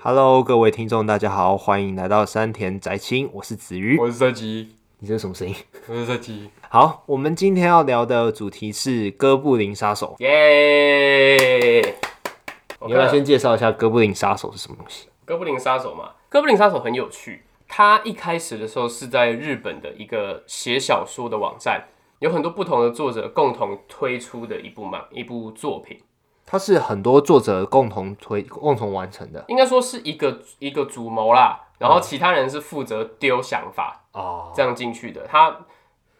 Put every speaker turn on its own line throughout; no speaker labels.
Hello，各位听众，大家好，欢迎来到山田宅青，我是子瑜。
我是这集，
你这是什么声音？
我是这集，
好，我们今天要聊的主题是哥布林杀手。
耶！
你要不要先介绍一下哥布林杀手是什么东西？
哥布林杀手嘛？哥布林杀手很有趣，它一开始的时候是在日本的一个写小说的网站，有很多不同的作者共同推出的一部漫一部作品，
它是很多作者共同推、共同完成的
应该说是一个一个主谋啦，然后其他人是负责丢想法，
哦。
这样进去的。它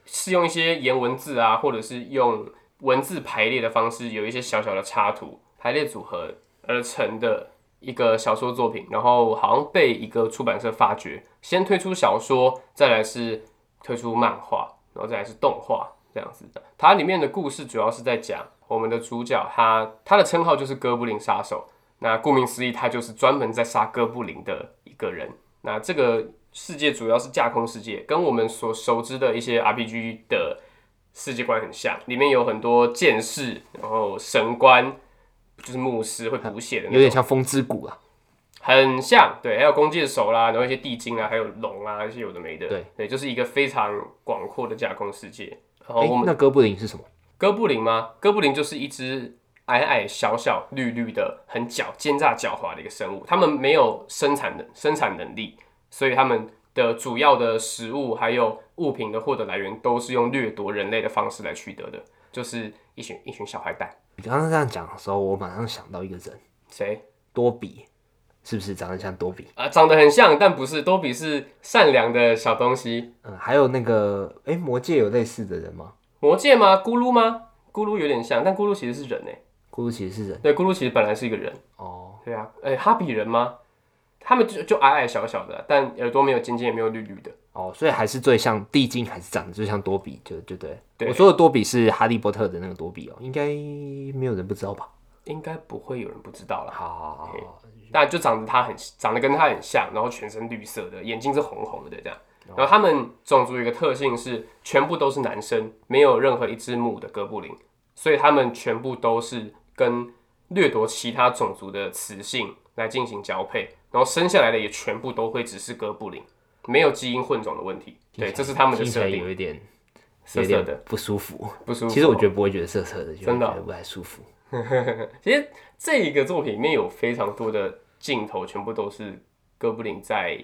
是用一些颜文字啊，或者是用文字排列的方式，有一些小小的插图排列组合而成的一个小说作品。然后好像被一个出版社发掘，先推出小说，再来是推出漫画，然后再来是动画这样子的。它里面的故事主要是在讲我们的主角他他的称号就是哥布林杀手。那顾名思义，他就是专门在杀哥布林的一个人。那这个世界主要是架空世界，跟我们所熟知的一些 RPG 的世界观很像，里面有很多剑士，然后神官，就是牧师会补血的那
有
种
点，像风之谷啊，
很像，对，还有弓箭手啦，然后一些地精啊，还有龙啊，一些有的没的，
对，
对，就是一个非常广阔的架空世界。然后
哎、
我们
那哥布林是什么？
哥布林吗？哥布林就是一只矮矮小小、绿绿的、很狡、奸诈狡猾的一个生物。它们没有生产能生产能力，所以它们的主要的食物还有物品的获得来源都是用掠夺人类的方式来取得的，就是一群一群小坏蛋。
你刚刚这样讲的时候，我马上想到一个人，
谁
多比，是不是长得像多比？
啊、长得很像，但不是。多比是善良的小东西。
嗯，还有那个，哎、魔界有类似的人吗？
魔戒吗？咕噜吗？咕噜有点像，但咕噜其实是人诶、
咕噜其实是人
对，咕噜其实本来是一个人。
哦，
对啊，哎、哈比人吗？他们就就矮矮小小的，但耳朵没有尖尖，也没有绿绿的。
哦，所以还是最像地精，还是长得最像多比，就就对。
对
我说的多比是哈利波特的那个多比哦，应该没有人不知道吧？哎
应该不会有人不知道啦。
好好好好，
但就长得他很长得跟他很像，然后全身绿色的，眼睛是红红的这样。然后他们种族有一个特性是全部都是男生，没有任何一只母的哥布林，所以他们全部都是跟掠夺其他种族的雌性来进行交配，然后生下来的也全部都会只是哥布林，没有基因混种的问题。对，这是他们的
听起来
设定，
有一点
色
有一
色
点
的
不舒服。
不舒服。
其实我觉得不会觉得涩涩的，就
真的哦
觉得不太舒服。
嗯其实这一个作品里面有非常多的镜头，全部都是哥布林在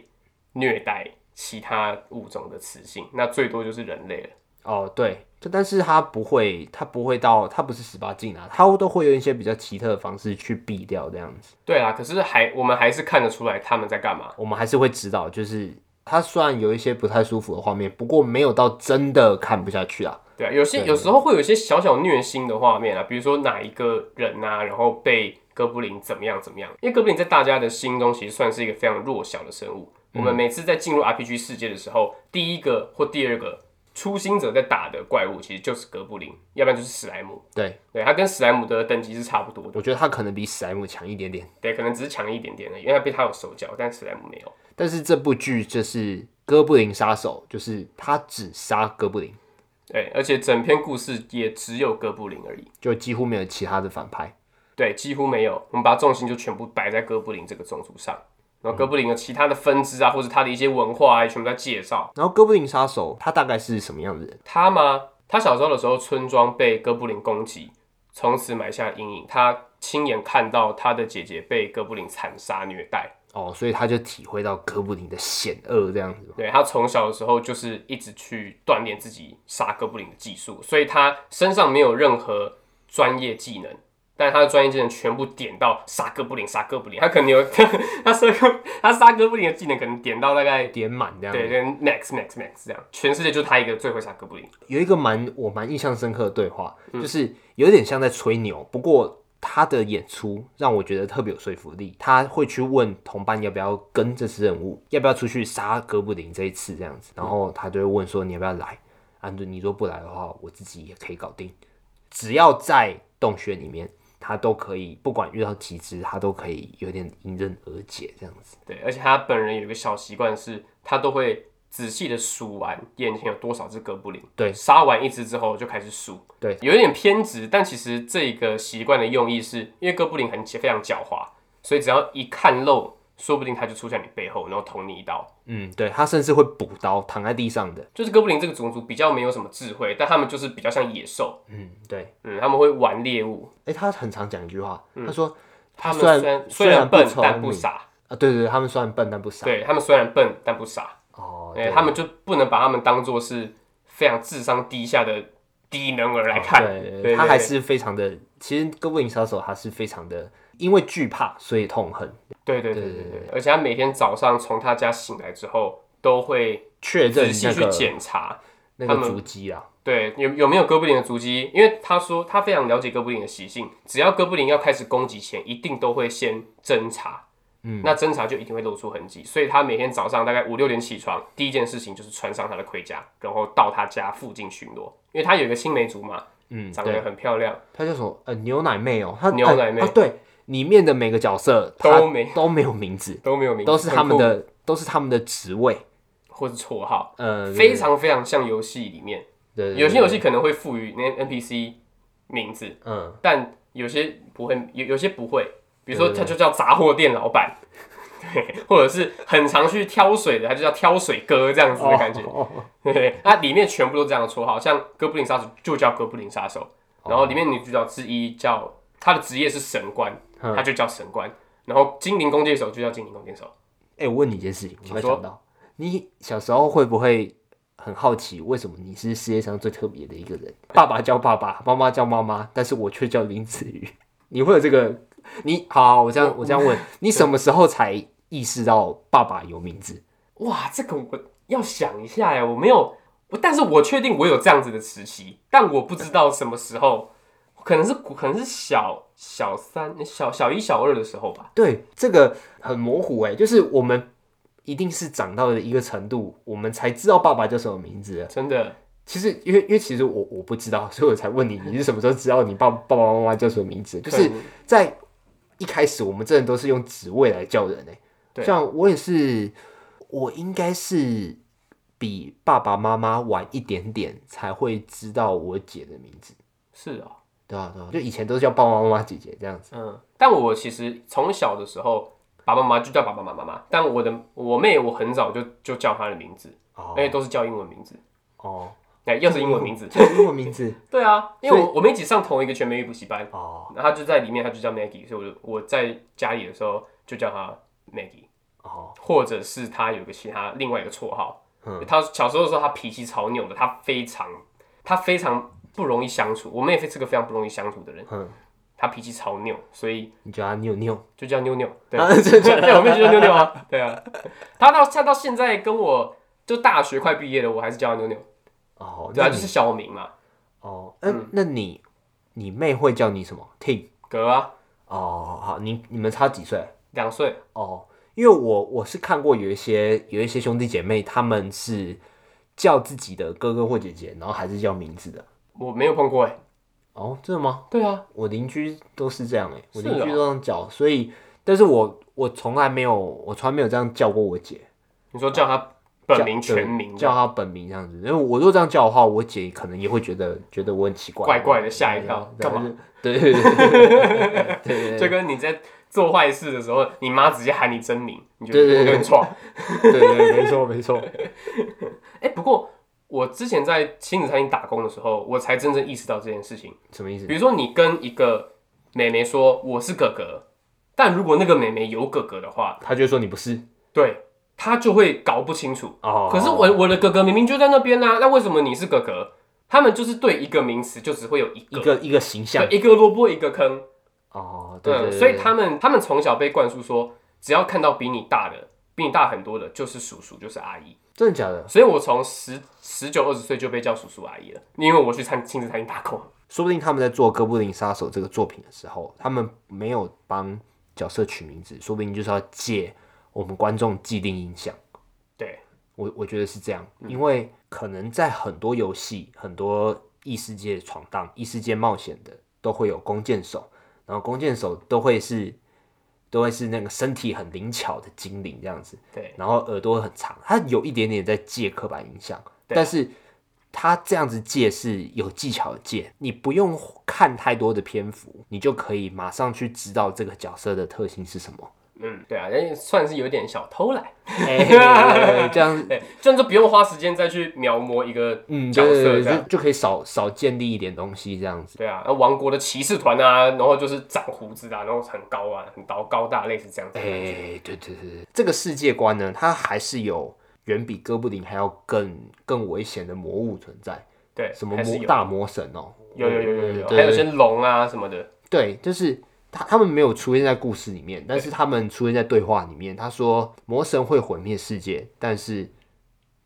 虐待其他物种的雌性，那最多就是人类了。
哦，对，就但是他不会，他不会到，他不是十八禁啊，他都会有一些比较奇特的方式去避掉这样子。
对啊，可是还我们还是看得出来他们在干嘛。
我们还是会知道，就是他虽然有一些不太舒服的画面，不过没有到真的看不下去啊。
对啊，有些有时候会有一些小小虐心的画面啊，比如说哪一个人啊，然后被哥布林怎么样怎么样。因为哥布林在大家的心中其实算是一个非常弱小的生物。我们每次在进入 RPG 世界的时候，第一个或第二个初心者在打的怪物其实就是哥布林，要不然就是史莱姆。
对，
对，它跟史莱姆的等级是差不多的，
我觉得他可能比史莱姆强一点点，
对，可能只是强一点点而已，因为它被它有手脚，但史莱姆没有。
但是这部剧就是哥布林杀手，就是他只杀哥布林，
对，而且整篇故事也只有哥布林而已，
就几乎没有其他的反派。
对，几乎没有。我们把重心就全部摆在哥布林这个种族上，然后哥布林的其他的分支啊，或者它的一些文化啊，也全部在介绍。
然后哥布林杀手他大概是什么样的人？
他嘛，他小时候的时候，村庄被哥布林攻击，从此埋下阴影。他亲眼看到他的姐姐被哥布林残杀虐待，
哦，所以他就体会到哥布林的险恶这样子。
对他从小的时候就是一直去锻炼自己杀哥布林的技术，所以他身上没有任何专业技能，但他的专业技能全部点到杀哥布林，杀哥布林。他可能有 他杀哥他杀哥布林的技能可能点到大概
点满这样
对
子，
对 max max max 这样，全世界就他一个最会杀哥布林。
有一个蛮我蛮印象深刻的对话，就是有点像在吹牛，不过他的演出让我觉得特别有说服力。他会去问同伴要不要跟这次任务，要不要出去杀哥布林这一次这样子，然后他就会问说你要不要来，安德你若不来的话，我自己也可以搞定。只要在洞穴里面，他都可以，不管遇到几只，他都可以有点迎刃而解这样子。
对，而且他本人有一个小习惯是，他都会仔细的数完眼前有多少只哥布林。
对
杀完一只之后就开始数。
对
有一点偏执，但其实这个习惯的用意是因为哥布林很非常狡猾，所以只要一看漏说不定他就出现在你背后，然后捅你一刀。
嗯，对他甚至会补刀，躺在地上的。
就是哥布林这个种族比较没有什么智慧，但他们就是比较像野兽，
嗯，对。
嗯，他们会玩猎物，
哎、他很常讲一句话，他说
他们
虽然
虽然
虽
虽
然
然笨
不聪
但不
明
傻，
啊，对对对，他们虽然笨但不傻。
对他们虽然笨但不傻，
哦，
哎、
对
他们就不能把他们当做是非常智商低下的低能儿来看，
哦对
对
他还是非常的。其实哥布林杀手他是非常的，因为惧怕所以痛恨，
对对对对对对，而且他每天早上从他家醒来之后，都会
确认
仔细
那
去
个
检查，
那
他
个
们
足迹啊。
对有有没有哥布林的足迹，因为他说他非常了解哥布林的习性，只要哥布林要开始攻击前，一定都会先侦查。嗯，那侦查就一定会露出痕迹，所以他每天早上大概五六点起床，第一件事情就是穿上他的盔甲，然后到他家附近巡逻，因为他有一个青梅竹马，
嗯，
长得
对，
很漂亮，
他叫什么？呃，牛奶妹哦，他
牛奶妹
啊，对，里面的每个角色他
都没
都没有名字，
都没有名字，
都是他们
很酷
的都是他们的职位，
或是绰号，
呃，
非常非常像游戏里面，
对
有些游戏可能会赋予那 NPC 名字，
嗯，
但有些不会，有有些不会，比如说他就叫杂货店老板，对， 或者是很常去挑水的，他就叫挑水哥这样子的感觉，
哦
对，它里面全部都这样的绰号，像哥布林杀手就叫哥布林杀手，
哦
然后里面女主角之一叫她的职业是神官，
嗯
她就叫神官，然后精灵弓箭手就叫精灵弓箭手，
哎、我问你一件事情，我没
说
想到，你小时候会不会很好奇，为什么你是世界上最特别的一个人？爸爸叫爸爸，妈妈叫妈妈，但是我却叫林子瑜。你会有这个？你好，我这样我这样问，你什么时候才意识到爸爸有名字？
哇，这个我要想一下哎，我没有，我但是我确定我有这样子的时期，但我不知道什么时候，可能是可能是小小三、小小一、小二的时候吧。
对，这个很模糊哎、就是我们一定是长到了一个程度，我们才知道爸爸叫什么名字。
真的，
其实，因为因为其实我我不知道，所以我才问你，你是什么时候知道你爸爸爸妈妈叫什么名字？就是
可能
在一开始，我们真的都是用职位来叫人诶、
对
像我也是，我应该是比爸爸妈妈晚一点点才会知道我姐的名字，
是啊、
对啊？对啊，就以前都是叫爸爸妈妈姐姐这样子。
嗯，但我其实从小的时候，爸爸妈妈就叫爸爸妈妈嘛，但我的我妹我很早就就叫她的名字，
哦
而且都是叫英文名字，
哦，
哎，又是英文名字。
叫英文名字
对啊，因为我我们一起上同一个全美语补习班，
哦
然后她就在里面，她就叫 Maggie，所以我就我在家里的时候就叫她 Maggie。
哦，
或者是他有个其他另外一个绰号。
嗯
他小时候的时候，他脾气超拗的，他非常他非常不容易相处。我妹非是个非常不容易相处的人，
嗯，
她脾气超拗，所以
你叫他妞 妞，
就叫妞妞。对，
啊真的
对，我妹就叫妞妞啊。对啊，她到她到现在跟我就大学快毕业了，我还是叫她妞妞。
哦，
对啊，
那
就
你
是小名嘛，
哦，嗯，那你你妹会叫你什么？Tim？
哥啊，
哦，好，你你们差几岁？啊
两岁。
哦，因为我我是看过有一些有一些兄弟姐妹，他们是叫自己的哥哥或姐姐，然后还是叫名字的。
我没有碰过哎、
哦，真的吗？
对啊，
我邻居都是这样哎、我
是
邻居都
哦
这样叫，所以，但是我我从来没有，我从来没有这样叫过我姐，
你说叫她本名
叫
全名，
叫她本名这样子。因为我如果这样叫的话，我姐可能也会觉得觉得我很奇怪，
怪怪的吓一跳
对
干嘛？
对对对对对对
就跟你在做坏事的时候，你妈直接喊你真名，你就
对对对
很爽。
对对对，没错没 错。
哎、不过我之前在亲子餐厅打工的时候，我才真正意识到这件事情。
什么意思
比？如说，你跟一个妹妹说我是哥哥，但如果那个妹妹有哥哥的话，
他就说你不是
对她就会搞不清楚。
哦，
可是我我的哥哥明明就在那边啦、啊那为什么你是哥哥？他们就是对一个名词就只会有一
一个
个，
一个形象
对一个萝卜一个坑。
哦，对对
对，啊
对，
所以
对
他们他们从小被灌输说，只要看到比你大的、比你大很多的，就是叔叔，就是阿姨。
真的假的？
所以我从十十九、二十岁就被叫叔叔阿姨了，因为我去参亲子餐厅打工。
说不定他们在做《哥布林杀手》这个作品的时候，他们没有帮角色取名字，说不定就是要借我们观众既定印象。
对，嗯
我我觉得是这样，因为可能在很多游戏、很多异世界闯荡、异世界冒险的，都会有弓箭手，然后弓箭手都会是都会是那个身体很灵巧的精灵这样子，
对，
然后耳朵很长，他有一点点在借刻板印象，
对
但是他这样子借是有技巧的借，你不用看太多的篇幅，你就可以马上去知道这个角色的特性是什么。
嗯，对啊，那算是有点小偷懒，
哎这样，
对，这样就不用花时间再去描摹一个
嗯，
角
对对
色
对，
这
就
样。
就可以少少建立一点东西这样子。
对啊，那王国的骑士团啊，然后就是长胡子啊，然后很高啊，很高高大，类似这样子
哎、
的感觉。
对对对，对这个世界观呢，它还是有远比哥布林还要更更危险的魔物存在，
对，
什么
还是
魔
有
大魔神哦、
有有有有有有，
对
还有一些龙啊什么的。
对，就是他他们没有出现在故事里面，但是他们出现在对话里面。他说魔神会毁灭世界，但是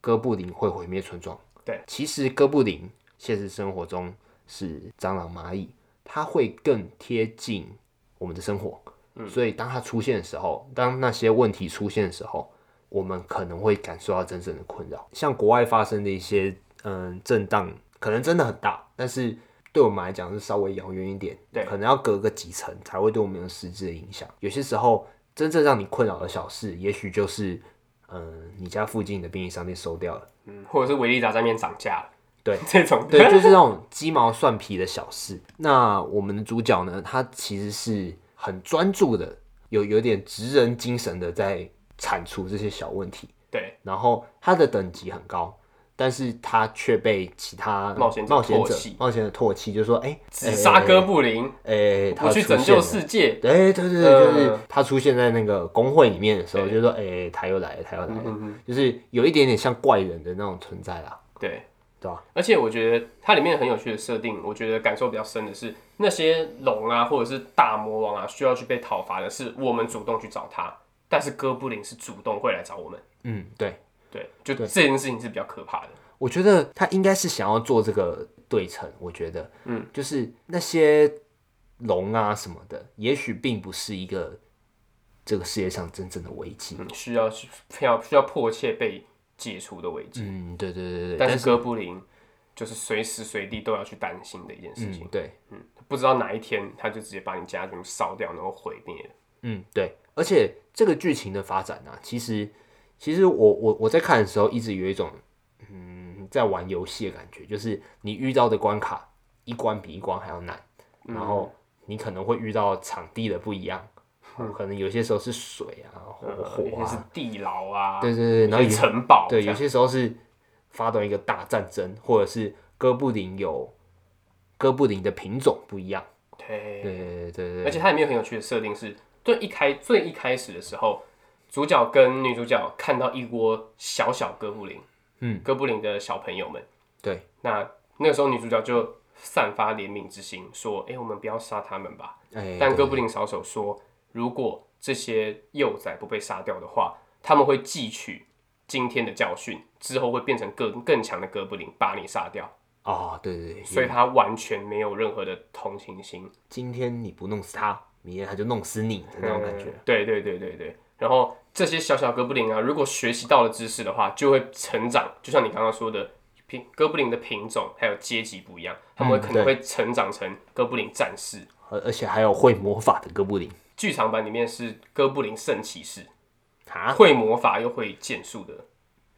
哥布林会毁灭村庄。
对，
其实哥布林现实生活中是蟑螂、蚂蚁，它会更贴近我们的生活。所以当它出现的时候，当那些问题出现的时候，我们可能会感受到真正的困扰。像国外发生的一些嗯震荡，可能真的很大，但是对我们来讲是稍微遥远一点，
对
可能要隔个几层才会对我们有实质的影响。有些时候，真正让你困扰的小事，也许就是嗯你家附近的便利商店收掉了，
嗯，或者是维力炸酱面涨价了，
对，
这种
对，就是那种鸡毛蒜皮的小事。那我们的主角呢，他其实是很专注的，有有点职人精神的在铲除这些小问题。
对
然后他的等级很高，但是他却被其他
冒险者
冒险
唾
者
弃
冒险者唾弃，就说：“哎、
只杀哥布林，
哎、他
不去
出
拯
现
救
了哎
世界。
对对对对，
呃
就是他出现在那个工会里面的时候，
对
就说：“哎、他又来了，他又来了。
嗯嗯，
就是有一点点像怪人的那种存在啦。
对，
对吧？
而且我觉得它里面很有趣的设定，我觉得感受比较深的是，那些龙啊，或者是大魔王啊，需要去被讨伐的是我们主动去找他，但是哥布林是主动会来找我们。
嗯，对，
对，就这件事情是比较可怕的。
我觉得他应该是想要做这个对称。我觉得，嗯，就是那些龙啊什么的，也许并不是一个这个世界上真正的危机。
嗯，需要需要需要迫切被解除的危机，
嗯，对对对对对，
但是哥布林就是随时随地都要去担心的一件事情，
嗯，对，
不知道哪一天他就直接把你家全部烧掉，然后毁灭了。
嗯，对，而且这个剧情的发展啊，其实其实我我我在看的时候，一直有一种嗯在玩游戏的感觉，就是你遇到的关卡一关比一关还要难，
嗯
然后你可能会遇到场地的不一样，可能有些时候是水啊、火
呃有
火
些是
啊，
地牢啊，
对对对，然后
有
有
些城堡这
对，有
样，
些时候是发动一个大战争，或者是哥布林有哥布林的品种不一样，
对
对对对对
而且它里面有很有趣的设定是，最一开最一开始的时候，主角跟女主角看到一窝小小哥布林，
嗯，
哥布林的小朋友们，
对，
那那个时候女主角就散发怜悯之心，说：“哎、我们不要杀他们吧。”
对，哎，
但
对
哥布林扫帚说，如果这些幼崽不被杀掉的话，他们会汲取今天的教训，之后会变成更更强的哥布林，把你杀掉。
哦，对对对，
所以他完全没有任何的同情心。
今天你不弄死他，明天他就弄死你的那种感觉。
对对对对对。然后这些小小哥布林啊，如果学习到了知识的话，就会成长。就像你刚刚说的，品哥布林的品种还有阶级不一样，他们会
嗯
可能
对
会成长成哥布林战士。
而而且还有会魔法的哥布林
剧场版里面是哥布林圣骑士，
啊。
会魔法又会剑术的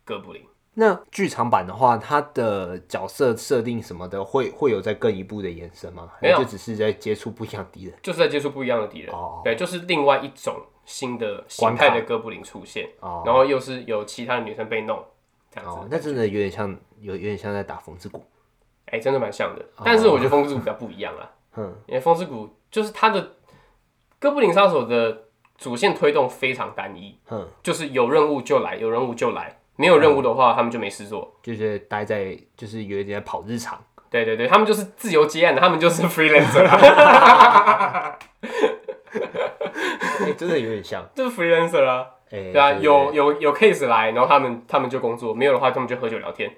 哥布林。
那剧场版的话，它的角色设定什么的，会会有在更一步的延伸吗？
没有
还是就只是在接触不一样的敌人。
就是在接触不一样的敌人，
哦
对，就是另外一种新的形
关
态
卡
的哥布林出现，
哦
然后又是有其他的女生被弄，这样子，
哦，那真的有点像，有有点像在打风之谷。
哎、真的蛮像的。但是我觉得风之谷比较不一样 啦，
嗯，
因为风之谷就是它的哥布林杀手的主线推动非常单一，
哼，
就是有任务就来，有任务就来，没有任务的话、他们就没事做。
就是待在，就是有一点在跑日 常。
对对对，他们就是自由接案的，他们就是 freelancer，啊
哎、真的有点像。
就是 freelancer 啊。
哎、
对啊，有有有 case 来，然后他们他们就工作，没有的话他们就喝酒聊天。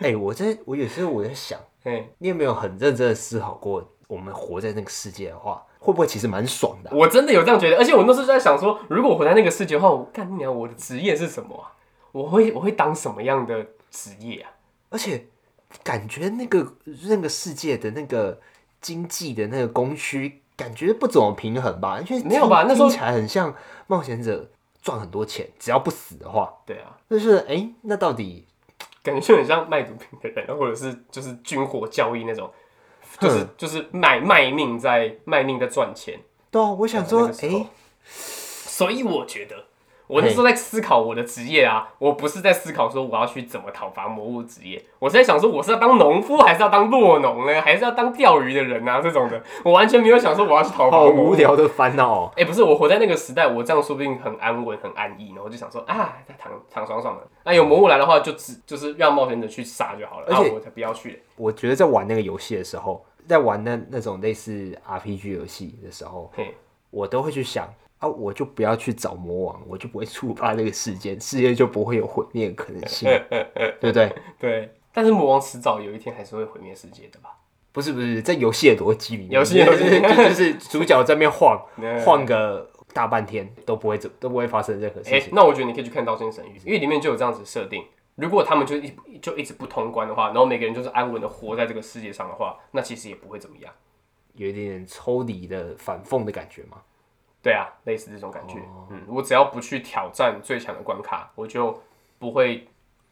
哎、我在我有时候我在想，
嘿，
你有没有很认真的思考过，我们活在那个世界的话，会不会其实蛮爽的啊、
我真的有这样觉得，而且我那时候就在想说，如果我活在那个世界的话，我干你娘，我的职业是什么啊？我会我会当什么样的职业啊？
而且感觉那个那个世界的那个经济的那个供需，感觉不怎么平衡吧？因为
没有吧
听
那时候
听起来很像冒险者赚很多钱，只要不死的话，
对啊，
就是哎、诶那到底
感觉就很像卖毒品的人，或者是就是军火交易那种，就是就是卖卖命在卖命在赚钱。
对啊？我想
那
说，
个时
哎、
候所以我觉得，我那时候在思考我的职业啊，我不是在思考说我要去怎么讨伐魔物职业，我是在想说我是要当农夫，还是要当落农呢，还是要当钓鱼的人啊这种的，我完全没有想说我要去讨伐
好
魔
无
物。
聊的烦恼哦。
哎、不是，我活在那个时代，我这样说不定很安稳、很安逸，然后我就想说啊，躺躺爽爽的。那有魔物来的话，就只就是让冒险者去杀就好了，
而
然后
且
我才不要去嘞。
我觉得在玩那个游戏的时候，在玩那那种类似 RPG 游戏的时候，
嘿，
我都会去想啊，我就不要去找魔王，我就不会触发这个事件，世界就不会有毁灭的可能 性，对不对？
对，但是魔王迟早有一天还是会毁灭世界的吧？
不是不是，在游戏的逻辑里面，
游戏
就
游戏
是就就是主角在那边晃
对
晃个大半天都不会走都不会发生任何事
哎、
情。
那我觉得你可以去看《刀剑神域》，因为里面就有这样子设定。如果他们就一就一直不通关的话，然后每个人就是安稳的活在这个世界上的话，那其实也不会怎么样。
有一点点抽离的反讽的感觉嘛。
对啊，类似这种感觉。
哦
嗯，我只要不去挑战最强的关卡，我就不会，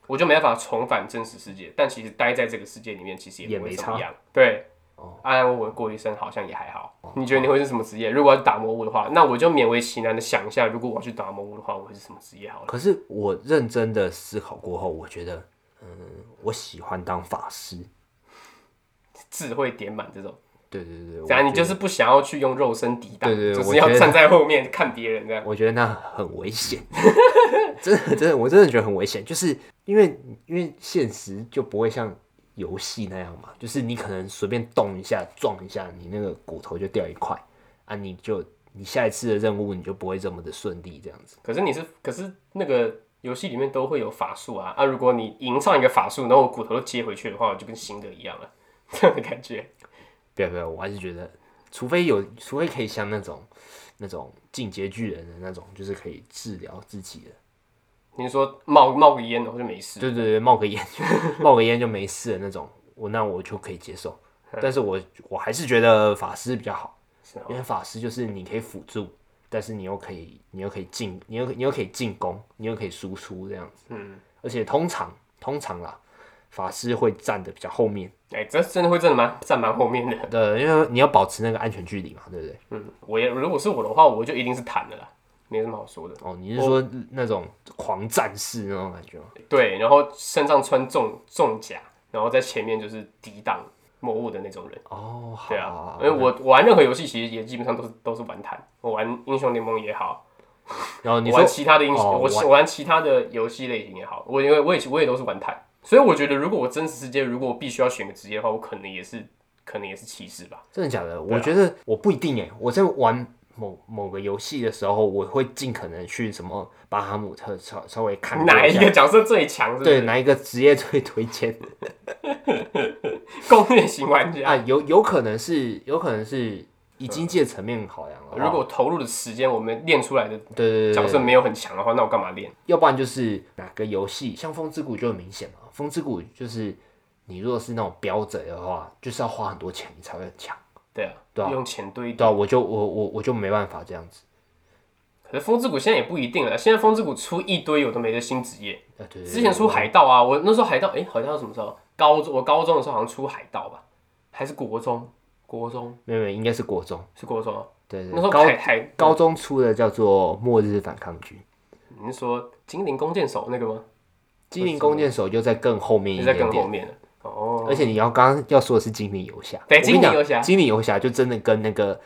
我就没办法重返真实世界。但其实待在这个世界里面，其实也
也
不会
没
怎
差哦
么样。对，安安稳稳过一生好像也还好。你觉得你会是什么职业？如果要打魔物的话，那我就勉为其难的想一下，如果我要去打魔物的话，我会是什么职业好了？
可是我认真的思考过后，我觉得，嗯，我喜欢当法师。
智慧点满这种。
对对对，我
然后你
觉
就是不想要去用肉身抵挡，
对对对
就是
我
要
觉得
站在后面看别人这样。
我觉得那很危险， 真的真的，我真的觉得很危险，就是因为因为现实就不会像游戏那样嘛，就是你可能随便动一下撞一下，你那个骨头就掉一块啊，你就你下一次的任务你就不会这么的顺利这样子。
可是你是，可是那个游戏里面都会有法术啊啊！如果你赢上一个法术，然后我骨头都接回去的话，我就跟新的一样了， 这样的感觉。
不要不要，我还是觉得，除非有，除非可以像那种那种进阶巨人的那种，就是可以治疗自己的。
你说冒冒个烟然后就没事，
对对对，冒个烟 就冒个烟就没事的那种，我那我就可以接 受。但是我我还是觉得法师比较好，
是哦
因为法师就是你可以辅助，但是你又可以你又可以进，你又你又可以进攻，你又可以输出这样子。
嗯，
而且通常通常啦，法师会站的比较后面
哎、这真的会真的蛮站蛮后面的。
的，因为你要保持那个安全距离嘛，对不对？
嗯，我也如果是我的话，我就一定是坦的啦，没什么好说的。
哦，你是说那种狂战士那种感觉吗？
对，然后身上穿重重甲，然后在前面就是抵挡魔物的那种人。
哦，好
对
好好
啊，因为我我玩任何游戏其实也基本上都是都是玩坦，我玩英雄联盟也好，
然后你
我
说
玩其他的英雄，
哦
我是我玩其他的游戏类型也好，我因为我也我也都是玩坦，所以我觉得如果我真实世界如果我必须要选个职业的话，我可能也是可能也是骑士吧。
真的假的？我觉得我不一定哎，我在玩某某个游戏的时候，我会尽可能去什么巴哈姆特稍稍微看过
哪一
下
个角色最强？是不
对
是
哪一个职业最推荐
攻略型 玩家。
啊？有有可能是有可能是以经济的层面考量了，哦
如果我投入的时间，我们练出来的
对对对
角
对
色没有很强的话，那我干嘛练？
要不然就是哪个游戏，像《风之谷》就很明显嘛，《风之谷》就是你如果是那种标准的话，就是要花很多钱你才会很强。
对啊，
对啊
用钱堆
对啊，我就我我我就没办法这样子。
可是风之谷现在也不一定了，现在风之谷出一堆有的没的新职业，
呃，对对对
之前出海盗啊，我那时候海盗，哎、海盗什么时候？高中我高中的时候好像出海盗吧，还是国中？国中
没有没有，应该是国中。
是国中啊，
对对
那时候
高
海海，
高中出的叫做《末日反抗军》，
你是说精灵弓箭手那个吗？
精灵弓箭手就在更后面
就
一
在
点
更后
点。
面了。哦，
而且你要刚刚要说的是精灵游侠，
对
我跟你
精
讲
灵游侠
精灵游侠就真的跟那个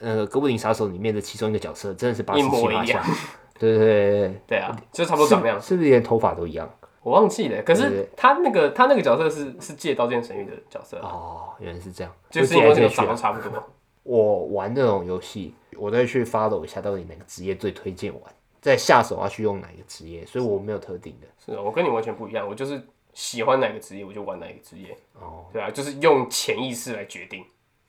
呃《哥布林杀手》里面的其中一个角色真的是八
一
十七
模
八
一样
像， 对对对对
对啊，就差不
对，
多长那样
是，是不是连头发都一样？
我忘记了。可
对对
是他那个他那个角色是是借刀剑神域的角色，
哦，原来是这样，
就是
进
因
来
为这
进
个
去
长得
啊。
差不多。
我玩这种游戏，我都会去 follow 一下到底哪个职业最推荐玩，再下手要去用哪个职业，所以我没有特定的。
是啊，我跟你完全不一样，我就是喜欢哪个职业我就玩哪个职业。
哦，
对啊，就是用潜意识来决定。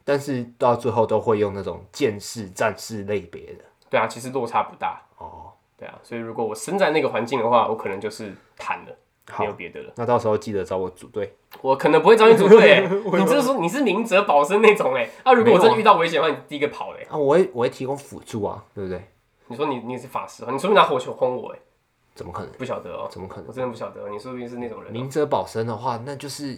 但是到最后都会用那种剑士、战士类别的
对啊，其实落差不大。
哦。
对啊，所以如果我身在那个环境的话，我可能就是坦了，
好
没有别的了。
那到时候记得找我组队。
我可能不会找你组队、 欸，你这说你是明哲保身那种哎、欸。啊，如果我真的遇到危险的话，你第一个跑嘞、欸
啊，我会我会提供辅助啊，对不对？
你说你你是法师，你说不定拿火球轰我哎、
怎么可能？
不晓得哦、
怎么可能？
我真的不晓得哦、你说不定是那种人哦、
明哲保身的话，那就是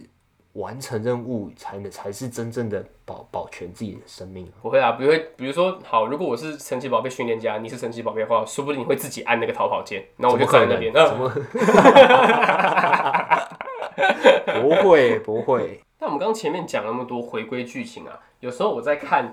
完成任务才能才是真正的保保全自己的生命啊。
不会啊，不会。比如说，好，如果我是神奇宝贝训练家，你是神奇宝贝的话，说不定你会自己按那个逃跑键，那我就站在那边。
怎
嗯，
么？ 不会不会，
那我们刚刚前面讲了那么多回归剧情啊，有时候我在看《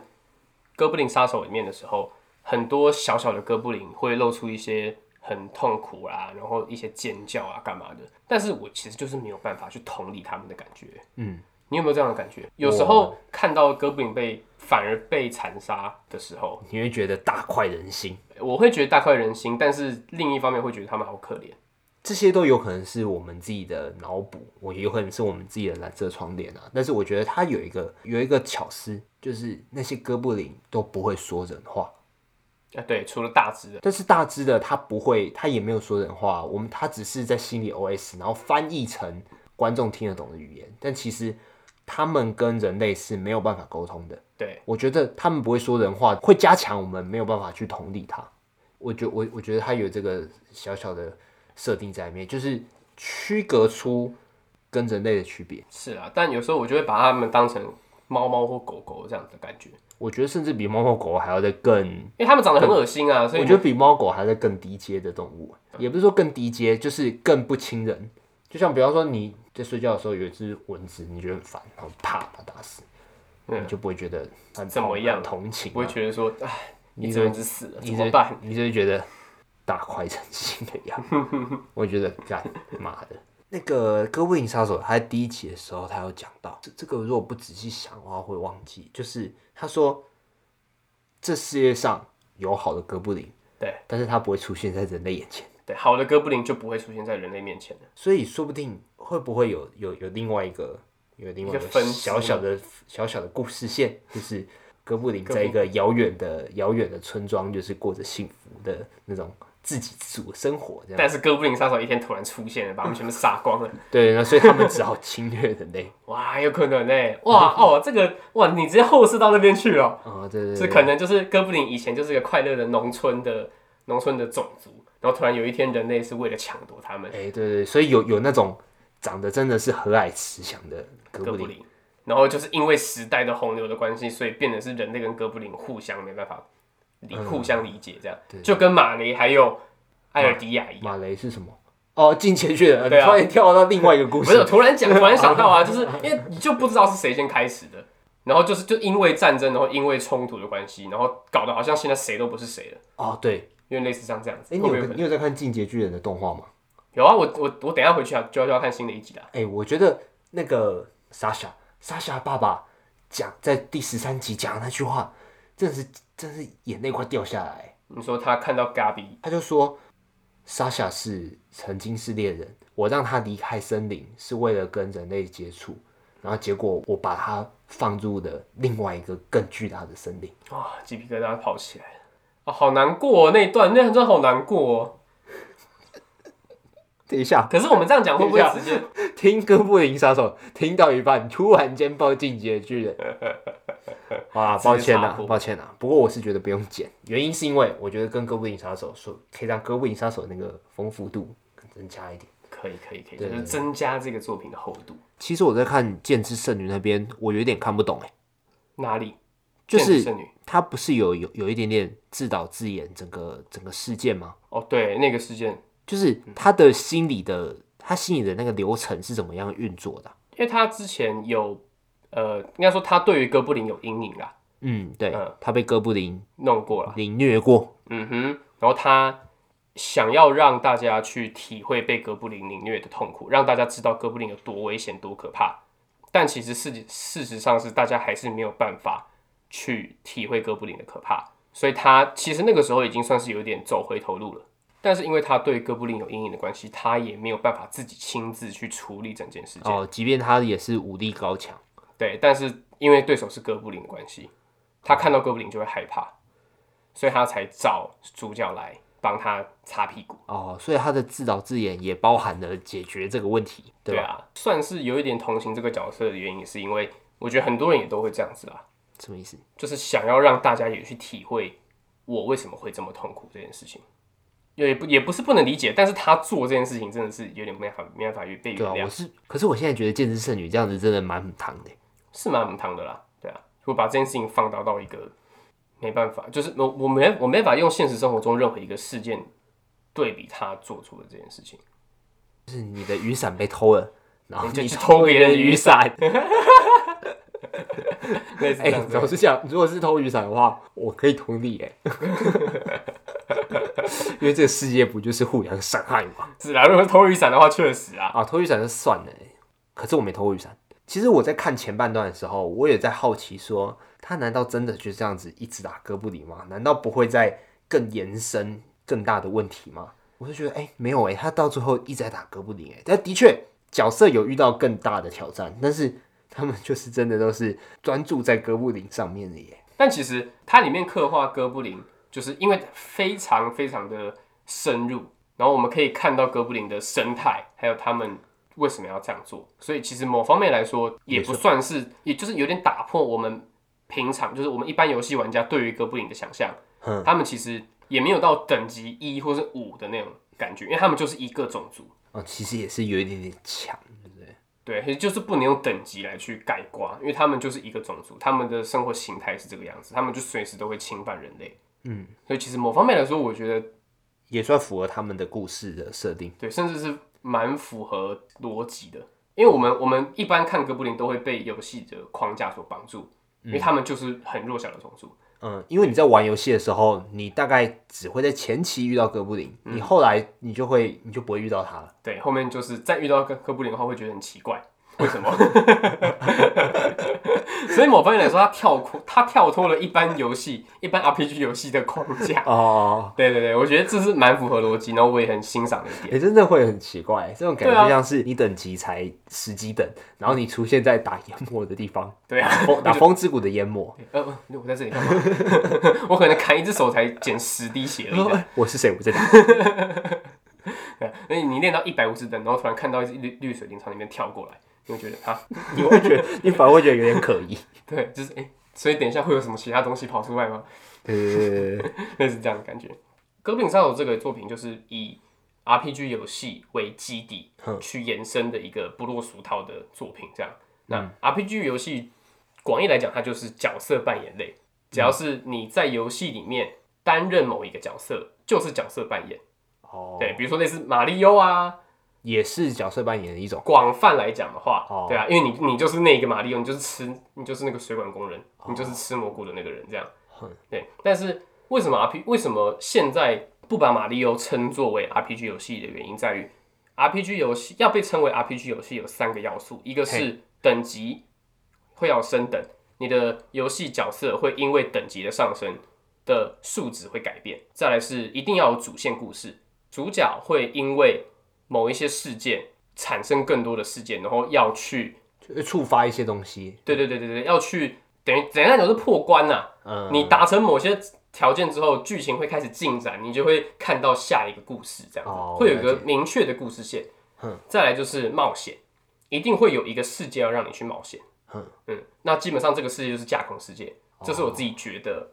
哥布林杀手》里面的时候，很多小小的哥布林会露出一些很痛苦啦、然后一些尖叫啊，干嘛的。但是我其实就是没有办法去同理他们的感觉。
嗯，
你有没有这样的感觉？有时候看到哥布林被反而被残杀的时候，
你会觉得大快人心，
我会觉得大快人心，但是另一方面会觉得他们好可怜。
这些都有可能是我们自己的脑补，我有可能是我们自己的蓝色窗帘啊。但是我觉得它有一个有一个巧思，就是那些哥布林都不会说人话，
啊，对，除了大只的，
但是大只的他不会，他也没有说人话，我们他只是在心里 OS，然后翻译成观众听得懂的语言。但其实他们跟人类是没有办法沟通的。
对，
我觉得他们不会说人话，会加强我们没有办法去同理他。我觉我我觉得他有这个小小的设定在里面，就是区隔出跟人类的区别。
是啊。但有时候我就会把它们当成猫猫或狗狗这样的感觉，因
我觉得甚至比猫猫狗还要再更
为它们长得很恶心啊，所
嗯
以嗯
我觉得比猫狗还在更低阶的动物，也不是说更低阶，就是更不亲人。就像比方说你在睡觉的时候有一只蚊子，你觉得很烦，然后啪把它打死，
嗯
你就不会觉得很
怎么样
很同情、啊
不会觉得说，哎，
你
一只蚊子死了怎
你
么
就
办？
你就会觉得大快人心的样子。我觉得干妈的。 那个《哥布林杀手》，他在第一集的时候，他有讲到这这个，如果不仔细想的话会忘记。就是他说，这世界上有好的哥布林，
对
但是它不会出现在人类眼前。
对，好的哥布林就不会出现在人类面前了。
所以说不定会不会有有有另外一个有另外
一个分支
小小的小小的故事线，就是哥布林
哥布
在一个遥远的遥远的村庄，就是过着幸福的那种自给自足的生活，这样
但是哥布林杀手一天突然出现了，把他们全部杀光了。
对，那所以他们只好侵略人类
哇，有可能哎、哇哦，这个哇，你直接后世到那边去了，
啊、对对
是
对，
可能就是哥布林以前就是一个快乐的农村的农村的种族，然后突然有一天人类是为了抢夺他们。
哎、对对对，所以有有那种长得真的是和蔼慈祥的哥
哥
布
布
林，
林，然后就是因为时代的洪流的关系，所以变得是人类跟哥布林互相没办法理、互相理解，这样
嗯对
就跟马雷还有艾尔迪亚一样。
马雷是什么？哦，进前去了，
对啊
突然跳到另外一个故
不
事
是，我，突然讲，突然想到啊，就是因为你就不知道是谁先开始的，然后就是就因为战争，然后因为冲突的关系，然后搞得好像现在谁都不是谁了，
哦，对，
因为类似像这样子。
哎、你
会不会
有
可能
你有在看《进阶巨人》的动画吗？
有啊，我我我等一下回去啊，就要就要看新的一集啦。
哎、我觉得那个莎莎，莎莎爸爸讲在第十三集讲的那句话，真的是真的是眼泪快掉下来。
你说他看到 Gabi
他就说，莎莎是曾经是猎人，我让他离开森林是为了跟人类接触，然后结果我把他放入了另外一个更巨大的森林。
哇，鸡皮疙瘩跑起来了，啊，好难过、哦、那一段，那真的好难过、哦。
等一下，
可是我们这样讲会不会
等一下
直接？
听哥布林杀手听到一半，突然间报进阶巨 人。好啦，抱歉
直接插
啦
播，
抱歉啦。不过我是觉得不用剪，原因是因为我觉得跟哥布林杀手说，可以让哥布林杀手那个丰富度增加一点。
可以可以可以，就
对
是增加这个作品的厚度。
其实我在看《剑之圣女》那边，我有点看不懂哎、
哪里？
就
剑指
是
圣女。
它不是有有有一点点自导自演整个整个事件吗？
哦，对，那个事件，
就是
嗯
他的心理的他心里的那个流程是怎么样运作的啊、
因为他之前有，呃，应该说他对于哥布林有阴影啦，
嗯，对
嗯，
他被哥布林
弄过了。
凌虐过。
嗯哼，然后他想要让大家去体会被哥布林凌虐的痛苦，让大家知道哥布林有多危险、多可怕。但其实事事实上是，大家还是没有办法去体会哥布林的可怕，所以他其实那个时候已经算是有点走回头路了。但是因为他对哥布林有阴影的关系，他也没有办法自己亲自去处理整件事情。
哦，即便他也是武力高强，
对，但是因为对手是哥布林的关系，他看到哥布林就会害怕，所以他才找主角来帮他擦屁股。
哦，所以他的自导自演也包含了解决这个问题，对吧？
啊，算是有一点同情这个角色的原因，是因为我觉得很多人也都会这样子啊，
什么意思？
就是想要让大家也去体会我为什么会这么痛苦这件事情。也不也不是不能理解，但是他做这件事情真的是有点没办法没办法被原
对啊，
谅
我，是，可是我现在觉得剑之圣女这样子真的蛮很糖的。
是蛮母汤的啦，对啊，如果把这件事情放大到一个没办法，就是我我没我没法用现实生活中任何一个事件对比他做出的这件事情，
就是你的雨伞被偷了，然后
你就
你
去偷别人的雨
伞。
类似
哎、
这样子
老，实讲，如果是偷雨伞的话，我可以同理哎、 因为这个世界不就是互相伤害吗？
是啦，如果是偷雨伞的话，确实啊，
啊，偷雨伞就算了、欸，可是我没偷过雨伞。其实我在看前半段的时候，我也在好奇说，他难道真的就这样子一直打哥布林吗？难道不会再更延伸更大的问题吗？我就觉得，哎、没有哎、他到最后一直在打哥布林哎、但的确角色有遇到更大的挑战，但是 他们就是真的都是专注在哥布林上面的耶、
但其实它里面刻画哥布林，就是因为非常非常的深入，然后我们可以看到哥布林的生态，还有他们为什么要这样做。所以其实某方面来说，也不算是，也就是有点打破我们平常，就是我们一般游戏玩家对于哥布林的想象。
嗯
他们其实也没有到等级一或是五的那种感觉，因为他们就是一个种族，
哦，其实也是有一点点强，对不对？
对，也就是不能用等级来去概括，因为他们就是一个种族，他们的生活形态是这个样子，他们就随时都会侵犯人类。
嗯，
所以其实某方面来说，我觉得
也算符合他们的故事的设定。
对，甚至是蛮符合逻辑的。因为我们我们一般看哥布林都会被游戏的框架所绑住，因为他们就是很弱小的种族。
嗯，因为你在玩游戏的时候，你大概只会在前期遇到哥布林，你后来你就会你就不会遇到他了。
对，后面就是再遇到哥哥布林的话，会觉得很奇怪， 为什么？所以某方面来说，他跳脱他跳脱了一般游戏、一般 RPG 游戏的框架。
哦，
对对对，我觉得这是蛮符合逻辑，然后我也很欣赏的一
也、
点。
真的会很奇怪，这种感
对啊
觉像是你等级才十几等，然后你出现在打研磨的地方，
对啊，
风打风之谷的研 磨。
呃，呃我在这里干嘛？ 我可能砍一只手才减十滴血而
然后
已。
哎我是谁？我在打。
对啊所以你练到一百五十等，然后突然看到一只绿绿水灵从里面跳过来，你会觉得啊，
你会觉得，你反而会觉得有点可 疑。
对，就是哎、诶所以等一下会有什么其他东西跑出来吗？
呃，
类似这样的感觉。《哥布林杀手》这个作品就是以 RPG 游戏为基底
哼
去延伸的一个不落俗套的作品，这样。
嗯
那 RPG 游戏广义来讲，它就是角色扮演类，只要是你在游戏里面担任某一个角色，就是角色扮演。
哦，
对，比如说类似马里奥啊，
也是角色扮演的一种。
广泛来讲的话，
哦
对啊，因为你你就是那个马里奥，你就是吃，你就是那个水管工人，你就是吃蘑菇的那个人，这样
哦哼。
对，但是为什么 R P 为什么现在不把马里奥称作为 R P G 游戏的原因在于，R P G 游戏要被称为 R P G 游戏有三个要素，一个是等级会要升等，你的游戏角色会因为等级的上升的数值会改变，再来是一定要有主线故事，主角会因为某一些事件产生更多的事件，然后要去，
就会触发一些东西，
对对对对对，要去等于等于那种是破关呐、
嗯，
你达成某些条件之后，剧情会开始进展，你就会看到下一个故事，这样子、
哦
会有一
了
个
解
明确的故事线。
哼
再来就是冒险，一定会有一个世界要让你去冒险。
哼
嗯，那基本上这个世界就是架空世界，这是我自己觉得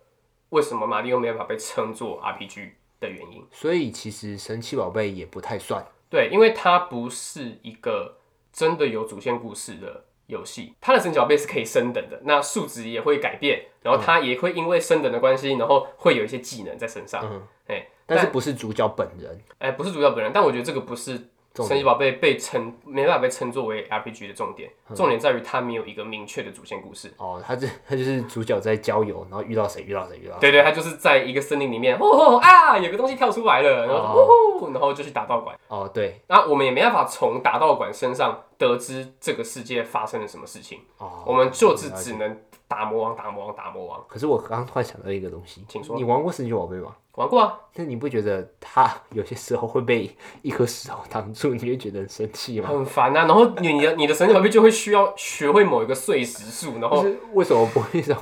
为什么马里奥没有办法被称作 RPG 的原因。
所以其实神奇宝贝也不太算。
对，因为它不是一个真的有主线故事的游戏，它的神角贝是可以升等的，那数值也会改变，然后它也会因为升等的关系，然后会有一些技能在身上。
嗯
哎
但是不是主角本人，
哎，不是主角本人，但我觉得这个不是
重点
神奇宝贝被称没办法被称作为 RPG 的重点，
嗯
重点在于它没有一个明确的主线故事。
哦，他这他就是主角在郊游，然后遇到谁遇到谁遇到谁。
对对，他就是在一个森林里面，哦哦啊，有个东西跳出来了，然后就呼呼，然后就去打道馆。
哦，对，
那我们也没办法从打道馆身上得知这个世界发生了什么事情，
哦，
我们就是只能打魔王，打魔王，打魔王。
可是我刚刚突然想到一个东西，
请说
你玩过神奇宝贝吗？
玩过啊，
那你不觉得它有些时候会被一颗石头挡住，你会觉得很生气吗？
很烦啊。然后你你的你的神奇宝 贝就会需要学会某一个碎石术，然
就
后
是为什么不会让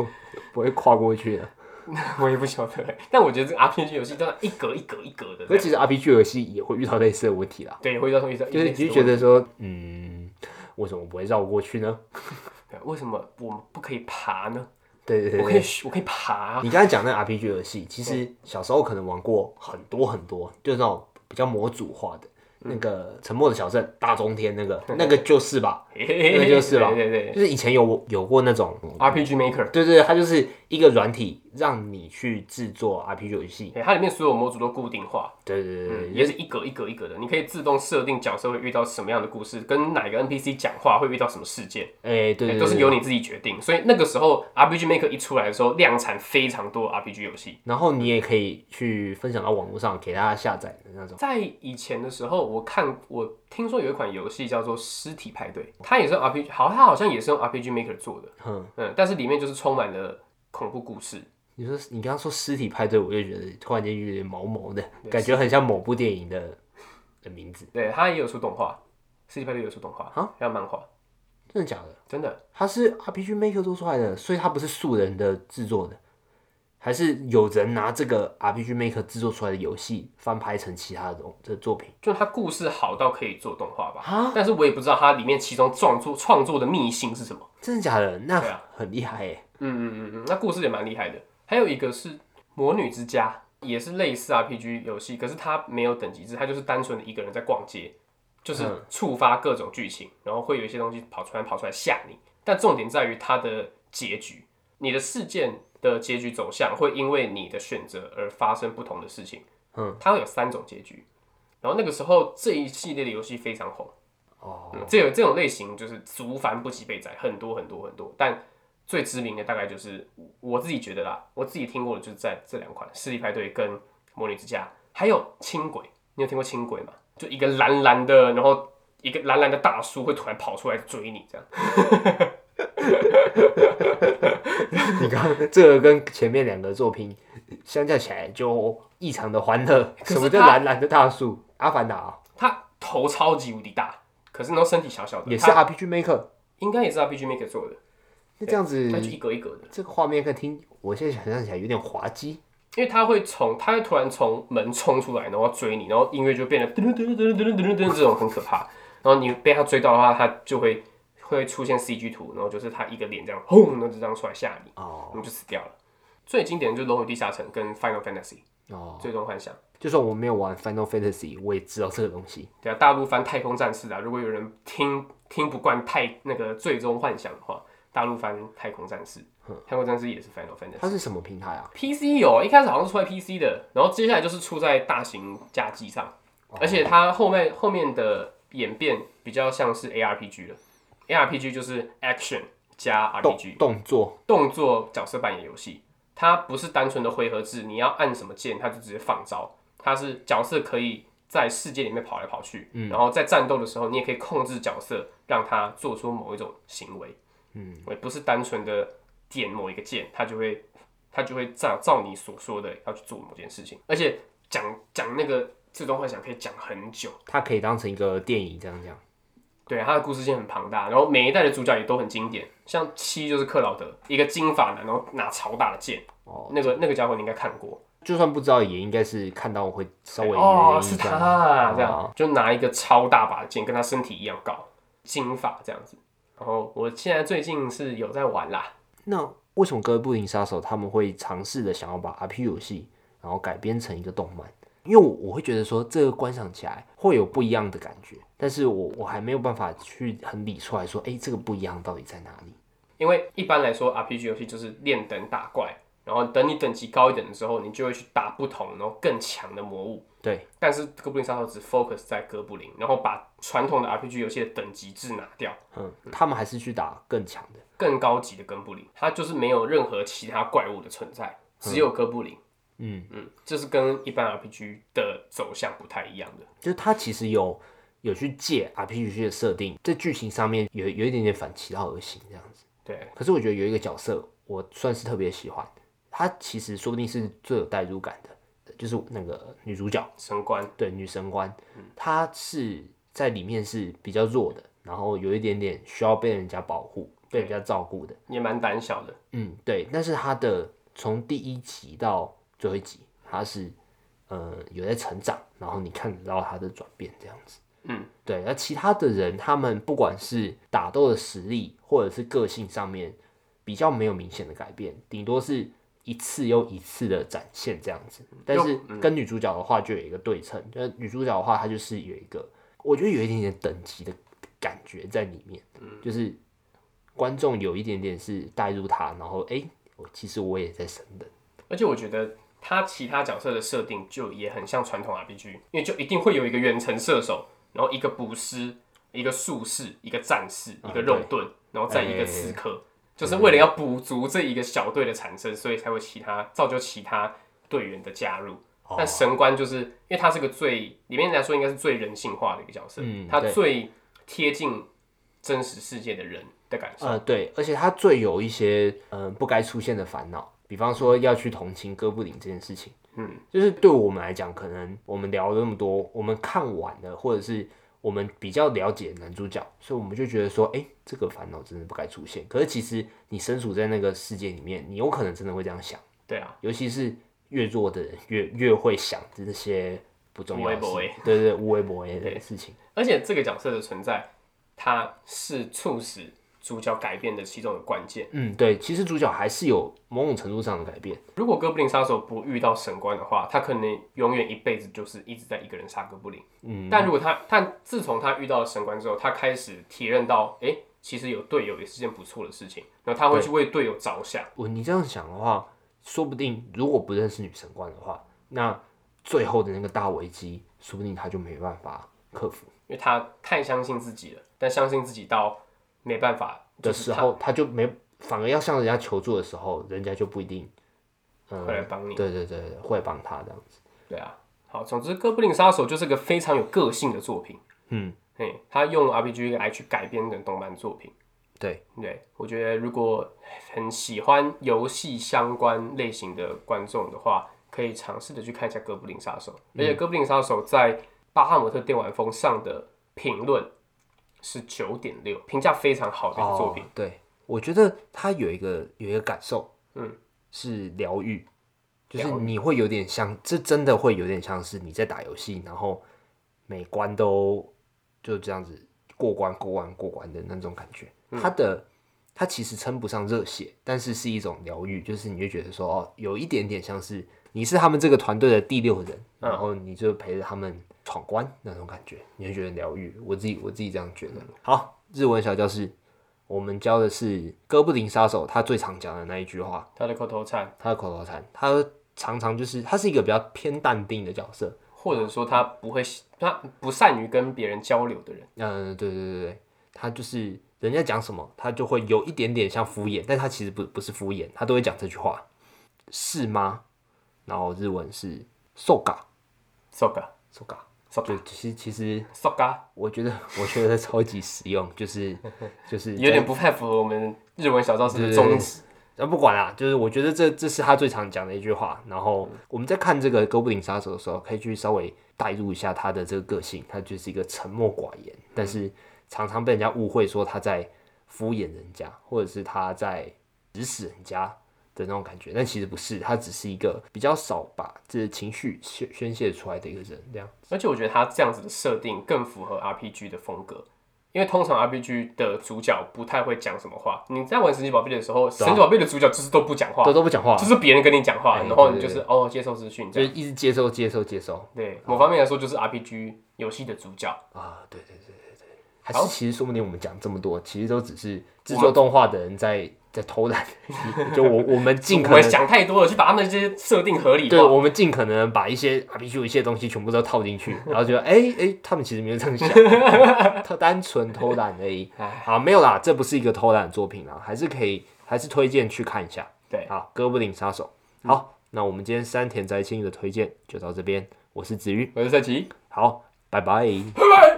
不会跨过去呢？
我也不晓得。欸但我觉得这个 RPG 游戏都要一格一格一格的这
可
样，
其实 RPG 游戏也会遇到类似的问题啦，
对，会遇到遇到，
就是你就觉得说，嗯，为什么不会绕过去呢？
啊对为什么我们不可以爬呢？
对对对
我可以我可以 爬，啊
你刚才讲那个 RPG 游戏，其实小时候可能玩过很多很多，就是那种比较模组化的。那个沉默的小镇，大中天那个，那个就是吧，那个就是吧，
对对对
就是以前有有过那种，
，RPG Maker，
对对，对它就是一个软体，让你去制作 RPG 游戏，
对它里面所有模组都固定化，嗯
对对对对，对
也是一格一格一格的，你可以自动设定角色会遇到什么样的故事，跟哪个 NPC 讲话会遇到什么事件，
哎、对对
对
对，
都是
对
由你自己决定。所以那个时候 RPG Maker 一出来的时候，量产非常多 RPG 游戏。
然后你也可以去分享到网络上，给大家下载的那种。
在以前的时候，我看我听说有一款游戏叫做《尸体派对》，它也是用 RPG，好，它好像也是用 RPG Maker 做的，
哼，
嗯，但是里面就是充满了恐怖故事，
你说你刚刚说尸体派对，我就觉得突然间有点毛毛的感觉，很像某部电影的的名字，
对，它也有出动画，《尸体派对》也有出动画，
啊，
还有漫画，
真的假的？
真的，
它是 RPG Maker 做出来的，所以它不是素人的制作的，还是有人拿这个 RPG Maker 制作出来的游戏翻拍成其他的东这作品？
就它故事好到可以做动画吧，
啊，
但是我也不知道它里面其中创作创作的秘辛是什么，
真的假的？那
对啊
很厉害耶！
嗯嗯嗯嗯，那故事也蛮厉害的。还有一个是《魔女之家》，也是类似 RPG 游戏，可是它没有等级制，它就是单纯的一个人在逛街，就是触发各种剧情，然后会有一些东西跑出来跑出来吓你。但重点在于它的结局，你的事件的结局走向会因为你的选择而发生不同的事情。
嗯，
它会有三种结局。然后那个时候这一系列的游戏非常红，
哦，
嗯，这有这种类型就是族繁不及被宰，很多很多很多，但最知名的大概就是我自己觉得啦，我自己听过的就是在这两款《势力派对》跟《魔女之家》，还有轻轨，你有听过轻轨吗？就一个蓝蓝的，然后一个蓝蓝的大叔会突然跑出来追你，这样
你刚刚这个跟前面两个作品相较起来就异常的欢乐。
是
什么叫
它
蓝蓝的大树？阿凡达哦、
他头超级无敌大，可是呢身体小小的，
也是
他
RPG Maker。
应该也是 RPG Maker 做的，
那这样
那就
子，
一格一格的，
这个画面看听，我现在想象起来有点滑稽。
因为他会从他会突然从门冲出来，然后追你，然后音乐就变得噔噔噔噔噔噔噔噔这种很可怕。然后你被他追到的话，他就会会出现 CG 图，然后就是他一个脸这样轰，然后就这样出来吓你，
哦
你就死掉了。最经典的就是《龙与地下城》跟《Final Fantasy》
哦，
最终幻想。
就算我没有玩 Final Fantasy，我也知道这个东西。
对啊，大陆翻《太空战士》啊，如果有人听听不惯太那个《最终幻想》的话，大陆翻《太空战士》，《太空战士》也是 Final Fantasy。
它是什么平台啊？
PC 有，一开始好像是出在 PC 的，然后接下来就是出在大型家机上，而且它后面后面的演变比较像是 ARPG 了，ARPG 就是 action 加
动
RPG
动作
动作角色扮演游戏，它不是单纯的回合制，你要按什么键它就直接放招，它是角色可以在世界里面跑来跑去，然后在战斗的时候你也可以控制角色，让他做出某一种行为，嗯，也不是单纯的点某一个键，它就会他就会照照你所说的要去做某件事情，而且讲讲那个最终幻想可以讲很久，
它可以当成一个电影这样讲。
对，他的故事线很庞大，然后每一代的主角也都很经典，像七就是克劳德，一个金发男，然后拿超大的剑，
哦
那个那个家伙你应该看过，
就算不知道，也应该是看到我会稍微有
哦，
点
是
印
他
象。
啊这样，
哦
就拿一个超大把的剑，跟他身体一样高，金发这样子。然后我现在最近是有在玩啦，
那为什么《哥布林杀手》他们会尝试的想要把 RPG 游戏，然后改编成一个动漫？因为我我会觉得说，这个观赏起来会有不一样的感觉，但是我我还没有办法去很理出来说，哎、这个不一样到底在哪里？
因为一般来说 RPG 游戏就是练等打怪，然后等你等级高一点的时候，你就会去打不同然后更强的魔物。
对，
但是哥布林杀手只 focus 在哥布林，然后把传统的 RPG 游戏的等级制拿掉，
嗯，他们还是去打更强的。
更高级的哥布林，它就是没有任何其他怪物的存在，只有哥布林。
嗯
嗯，这是跟一般 RPG 的走向不太一样的。
就是它其实有有去借 RPG 游戏的设定，在剧情上面有有一点点反其道而行这样子。
对，
可是我觉得有一个角色，我算是特别喜欢，她其实说不定是最有代入感的，就是那个女主角，
神官
对女神官，她是在里面是比较弱的，然后有一点点需要被人家保护、被人家照顾的。
也蛮胆小的，
嗯，对。但是她的从第一集到最后一集，她是呃有在成长，然后你看得到她的转变这样子。
嗯，
对。那其他的人，他们不管是打斗的实力，或者是个性上面，比较没有明显的改变，顶多是一次又一次的展现这样子。但
又
是跟女主角的话就有一个对称，就是女主角的话，她就是有一个，我觉得有一点点等级的感觉在里面，就是观众有一点点是带入她，然后哎、诶我其实我也在升等。
而且我觉得他其他角色的设定就也很像传统 RPG，因为就一定会有一个远程射手，然后一个捕师，一个术士，一个战士，
啊哎
一个肉盾，然后再一个刺
嗯
客，就是为了要补足这一个小队的产生，所以才会其他造就其他队员的加入。
哦
但神官就是因为他是个最里面来说应该是最人性化的一个角色，
嗯
他
对
最贴近真实世界的人的感受。
呃，对，而且他最有一些嗯、呃不该出现的烦恼，比方说要去同情哥布林这件事情，
嗯，
就是对我们来讲，可能我们聊了那么多，我们看完了，或者是我们比较了解男主角，所以我们就觉得说，哎，这个烦恼真的不该出现。可是其实你身处在那个世界里面，你有可能真的会这样想，
对啊，
尤其是越弱的人越越会想这些不重要的事，
无微不
对
微
对对，无微不微的事情。
而且这个角色的存在，它是促使主角改变的其中的关键。
嗯，对，其实主角还是有某种程度上的改变。
如果哥布林杀手不遇到神官的话，他可能永远一辈子就是一直在一个人杀哥布林。
嗯，
但如果他，但自从他遇到了神官之后，他开始体认到，哎、其实有队友也是件不错的事情，然后他会去为队友着想。
我你这样想的话，说不定如果不认识女神官的话，那最后的那个大危机，说不定他就没办法克服
因为他太相信自己了，但相信自己到没办法
的
就是
时候，他就没反而要向人家求助的时候，人家就不一定，嗯、
会来帮你。
对对对对，会帮他这样子。
对啊，好，总之《哥布林杀手》就是个非常有个性的作品。
嗯，
嘿，他用 RPG 来去改编的动漫作品。
对，
对，我觉得如果很喜欢游戏相关类型的观众的话，可以尝试的去看一下《哥布林杀手》，而
嗯
且《哥布林杀手》在巴哈姆特电玩风上的评论是九点六，评价非常好的一个作品。
哦，对，我觉得他有一个有一个感受，
嗯，
是疗愈，就是
疗愈
你会有点像，这真的会有点像是你在打游戏，然后每关都就这样子过关、过关、过关的那种感觉。
嗯
它的它其实称不上热血，但是是一种疗愈，就是你就觉得说，哦，有一点点像是你是他们这个团队的第六人，
嗯
然后你就陪着他们闯关那种感觉，你就觉得疗愈。我自己我自己这样觉
嗯
得。好，日文小教室。我们教的是哥布林杀手，他最常讲的那一句话，
他的口头禅，
他的口头禅，他常常就是他是一个比较偏淡定的角色。
或者说他不会，他不善于跟别人交流的人。
嗯、对对对对，他就是人家讲什么，他就会有一点点像敷衍，但他其实不不是敷衍，他都会讲这句话，是吗？然后日文是 soga
Soga
soga，
Soga
就其实其实
Soga，
我觉得我觉得超级实用，就是就是
有点不太符合我们日文小教室的
对
宗旨。
那呃不管啦，就是我觉得这这是他最常讲的一句话。然后
嗯
我们在看这个《哥布林杀手》的时候，可以去稍微带入一下他的这个个性。他就是一个沉默寡言，但是常常被人家误会说他在敷衍人家，或者是他在指使人家的那种感觉。但其实不是，他只是一个比较少把这情绪宣宣泄出来的一个人。这样，
而且我觉得他这样子的设定更符合 RPG 的风格，因为通常 RPG 的主角不太会讲什么话。你在玩神奇宝贝的时候，神奇宝贝的主角就是都不讲话
都，都不讲话
就，是别人跟你讲话，
哎
然后你
对对
就是哦接受资讯这
就是
样。
一直接收接收接收
对，某方面来说就是 RPG 游戏的主角。
啊！对对对对对，还
好
是其实说不定我们讲这么多，其实都只是制作动画的人在 在偷懒而已。就我我们尽
我
可
们
能，
想太多了，去把他们这些设定合理
对
化。
我们尽可能把一些 RPG 的一些东西全部都套进 去，然后觉得哎哎、他们其实没有这样想，他单纯偷懒而已。啊，没有啦，这不是一个偷懒的作品啦，还是可以，还是推荐去看一下。
对嗯
啊，《哥布林杀手》好，那我们今天山田宅青的推荐就到这边，我是子瑜，
我是赛奇。
好，拜拜。
拜拜